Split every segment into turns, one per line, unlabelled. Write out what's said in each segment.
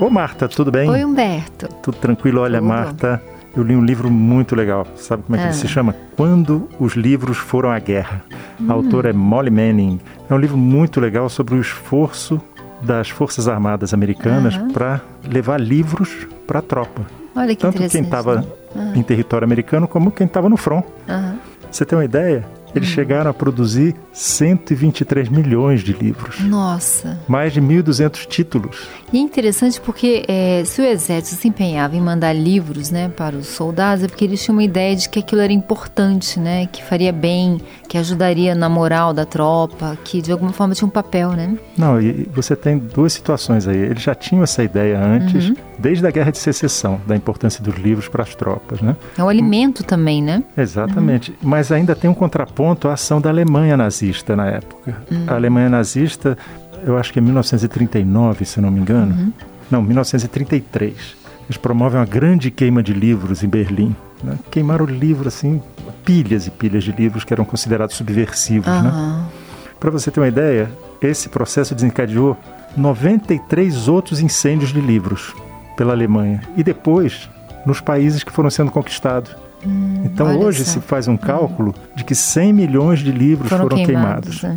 Ô Marta, tudo bem?
Oi, Humberto.
Tudo tranquilo? Olha,
Tudo.
Marta, eu li um livro muito legal. Sabe como é que
Ah.
ele se chama? Quando os livros foram à guerra.
Hum.
A autora é Molly Manning. É um livro muito legal sobre o esforço das Forças Armadas Americanas
Aham.
para levar livros para a tropa.
Olha que
Tanto
interessante. né? Ah.
quem estava em território americano como quem estava no front.
Aham. Hum.
Você tem uma ideia? Eles chegaram a produzir 123 milhões de livros,
Hum. Nossa.
mais de 1.200 títulos.
E é interessante porque eh, se o exército se empenhava em mandar livros né, para os soldados, é porque eles tinham uma ideia de que aquilo era importante, né, que faria bem, que ajudaria na moral da tropa, que de alguma forma tinha um papel, né?
Não, e você tem duas situações aí. Eles já tinham essa ideia antes, desde a Guerra de Secessão, da importância dos livros para as tropas, né?
É um alimento também, né?
Exatamente. Mas ainda tem um contraponto à ação da Alemanha nazista na época. A Alemanha nazista, eu acho que é 1939, se eu não me engano. Não, 1933. Eles promovem uma grande queima de livros em Berlim. Né? Queimaram livro, assim, pilhas e pilhas de livros que eram considerados subversivos, né?
Aham.
Para você ter uma ideia, esse processo desencadeou 93 outros incêndios de livros pela Alemanha e depois nos países que foram sendo conquistados. então
olha
hoje
só.
se faz um cálculo de que 100 milhões de livros foram, queimados.
né?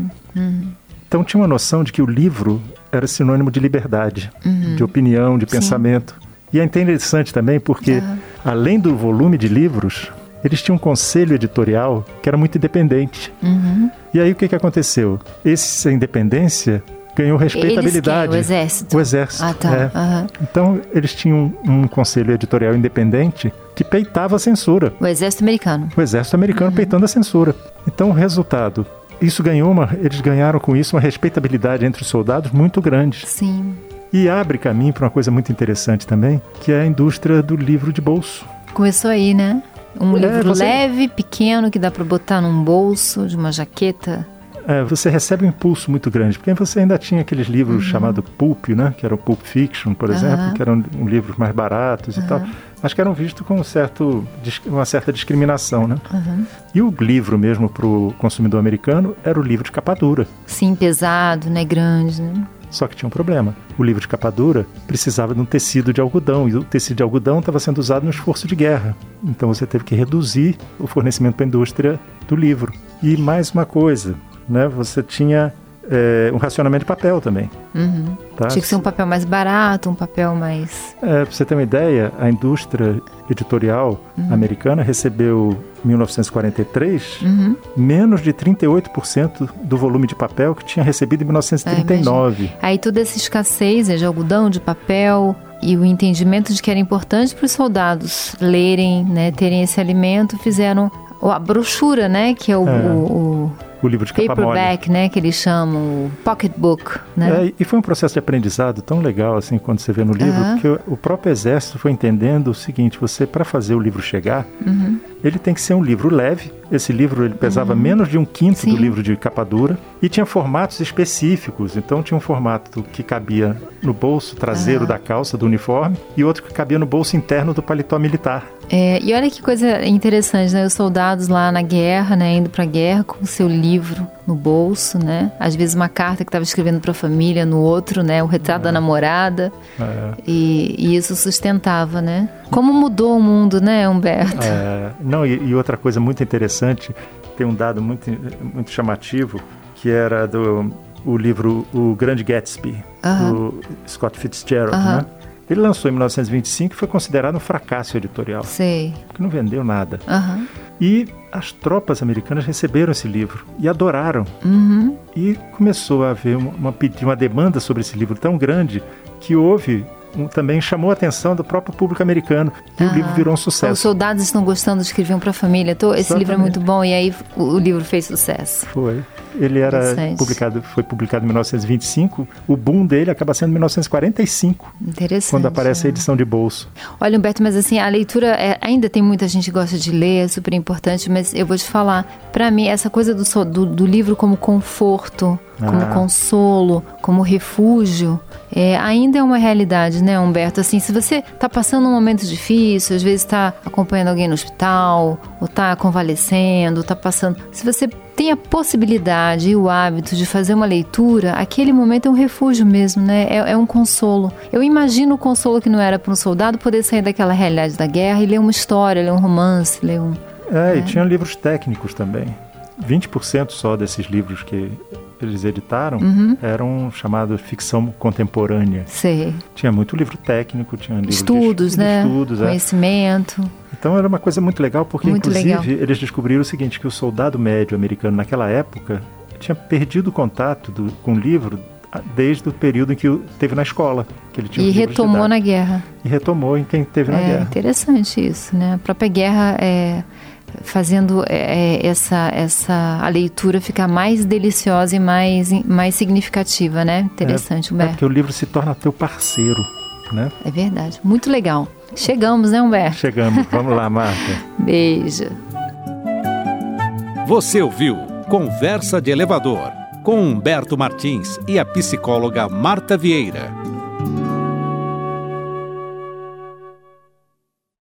Então tinha uma noção de que o livro era sinônimo de liberdade,
Uhum.
de opinião, de pensamento. E é interessante também porque, além do volume de livros, eles tinham um conselho editorial que era muito independente.
Uhum.
E aí o que, que aconteceu? Essa independência ganhou respeitabilidade.
Eles quem? O exército?
O exército.
Ah, tá.
é.
Aham.
Então eles tinham um conselho editorial independente que peitava a censura
O exército americano.
o exército americano peitando a censura. Então, o resultado, isso ganhou uma, eles ganharam com isso uma respeitabilidade entre os soldados muito grande
Sim.
e abre caminho para uma coisa muito interessante também, que é a indústria do livro de bolso.
Começou aí, né? Um
É,
livro
você-
leve, pequeno, que dá pra botar num bolso, de uma jaqueta.
É, você recebe um impulso muito grande, porque você ainda tinha aqueles livros chamados pulp, né, que eram pulp fiction, por exemplo, que eram um, livros mais baratos e tal, mas que eram vistos com um certo, dis- uma certa discriminação, né? E o livro mesmo para o consumidor americano era o livro de capa dura.
Sim, pesado, né? Grande, né?
Só que tinha um problema. O livro de capa dura precisava de um tecido de algodão, e o tecido de algodão estava sendo usado no esforço de guerra. Então você teve que reduzir o fornecimento para a indústria do livro. E mais uma coisa, né? Você tinha é, um racionamento de papel também. Tá?
Tinha que ser um papel mais barato, um papel mais.
É, pra você ter uma ideia, a indústria editorial
Uhum.
americana recebeu, em 1943,
Uhum.
menos de 38% do volume de papel que tinha recebido em 1939.
Aí toda essa escassez né, de algodão, de papel e o entendimento de que era importante para os soldados lerem, né? Terem esse alimento, fizeram a brochura, né? Que é o,
É.
o- o
o livro de capa mole.
paperback, né? Que eles chamam, o pocketbook, né?
É, e foi um processo de aprendizado tão legal assim quando você vê no livro,
Aham.
porque o próprio exército foi entendendo o seguinte: você para fazer o livro chegar,
Uhum.
ele tem que ser um livro leve. Esse livro ele pesava menos de um quinto
Sim.
do livro de capa dura e tinha formatos específicos. Então tinha um formato que cabia no bolso traseiro da calça do uniforme e outro que cabia no bolso interno do paletó militar.
É, e olha que coisa interessante, né? Os soldados lá na guerra, né? Indo pra guerra com o seu livro no bolso, né? Às vezes uma carta que estava escrevendo pra família, no outro, né? O retrato
Uhum.
da namorada.
É.
E, e isso sustentava, né? Como mudou o mundo, né, Humberto?
É, não, e, e outra coisa muito interessante, tem um dado muito, muito chamativo, que era do o livro O Grande Gatsby, do Scott Fitzgerald,
Aham.
né? Ele lançou em 1925 e foi considerado um fracasso editorial,
Sei.
porque não vendeu nada.
Aham. Então,
E as tropas americanas receberam esse livro e adoraram.
Uhum.
E começou a haver uma, uma, pedi- uma demanda sobre esse livro tão grande que houve, um- também chamou a atenção do próprio público americano. E o livro virou um
Então, os
sucesso.
soldados estão gostando de escrever um pra família. Tô, esse livro é muito bom. E aí o, o livro fez sucesso.
Foi. Ele era
Interessante.
publicado, foi publicado em 1925. O boom dele acaba sendo em 1945,
Interessante.
quando aparece a
né?
edição de bolso.
Olha, Humberto, mas assim, a leitura é- ainda tem muita gente que gosta de ler, é super importante, mas eu vou te falar, pra mim, essa coisa do, so- do, do livro como conforto, como
Ah.
consolo, como refúgio, é, ainda é uma realidade, né, Humberto? Assim, se você tá passando um momento difícil, às vezes tá acompanhando alguém no hospital, ou tá convalescendo, ou tá passando. Se você tem a possibilidade e o hábito de fazer uma leitura, aquele momento é um refúgio mesmo, né? É, é um consolo. Eu imagino o consolo que não era para um soldado poder sair daquela realidade da guerra e ler uma história, ler um romance, ler um.
É, né? e tinha livros técnicos também. 20% só desses livros que eles editaram uhum. eram chamados ficção contemporânea.
Sei.
Tinha muito livro técnico, tinha livro
estudos,
de,
né?
Estudos,
conhecimento.
É. Então era uma coisa muito legal porque muito inclusive legal. eles descobriram o seguinte que o soldado médio americano naquela época tinha perdido o contato do, com o livro ah, desde o período em que teve na escola que ele tinha um
e retomou na guerra
e retomou em quem teve na
é,
guerra. É
interessante isso, né? A própria guerra é fazendo é, essa, essa a leitura ficar mais deliciosa e mais, mais significativa, né? Interessante,
é,
Humberto.
É porque o livro se torna teu parceiro, né?
É verdade. Muito legal. Chegamos, né, Humberto?
Chegamos. Vamos lá, Marta.
Beijo.
Você ouviu Conversa de Elevador com Humberto Martins e a psicóloga Marta Vieira.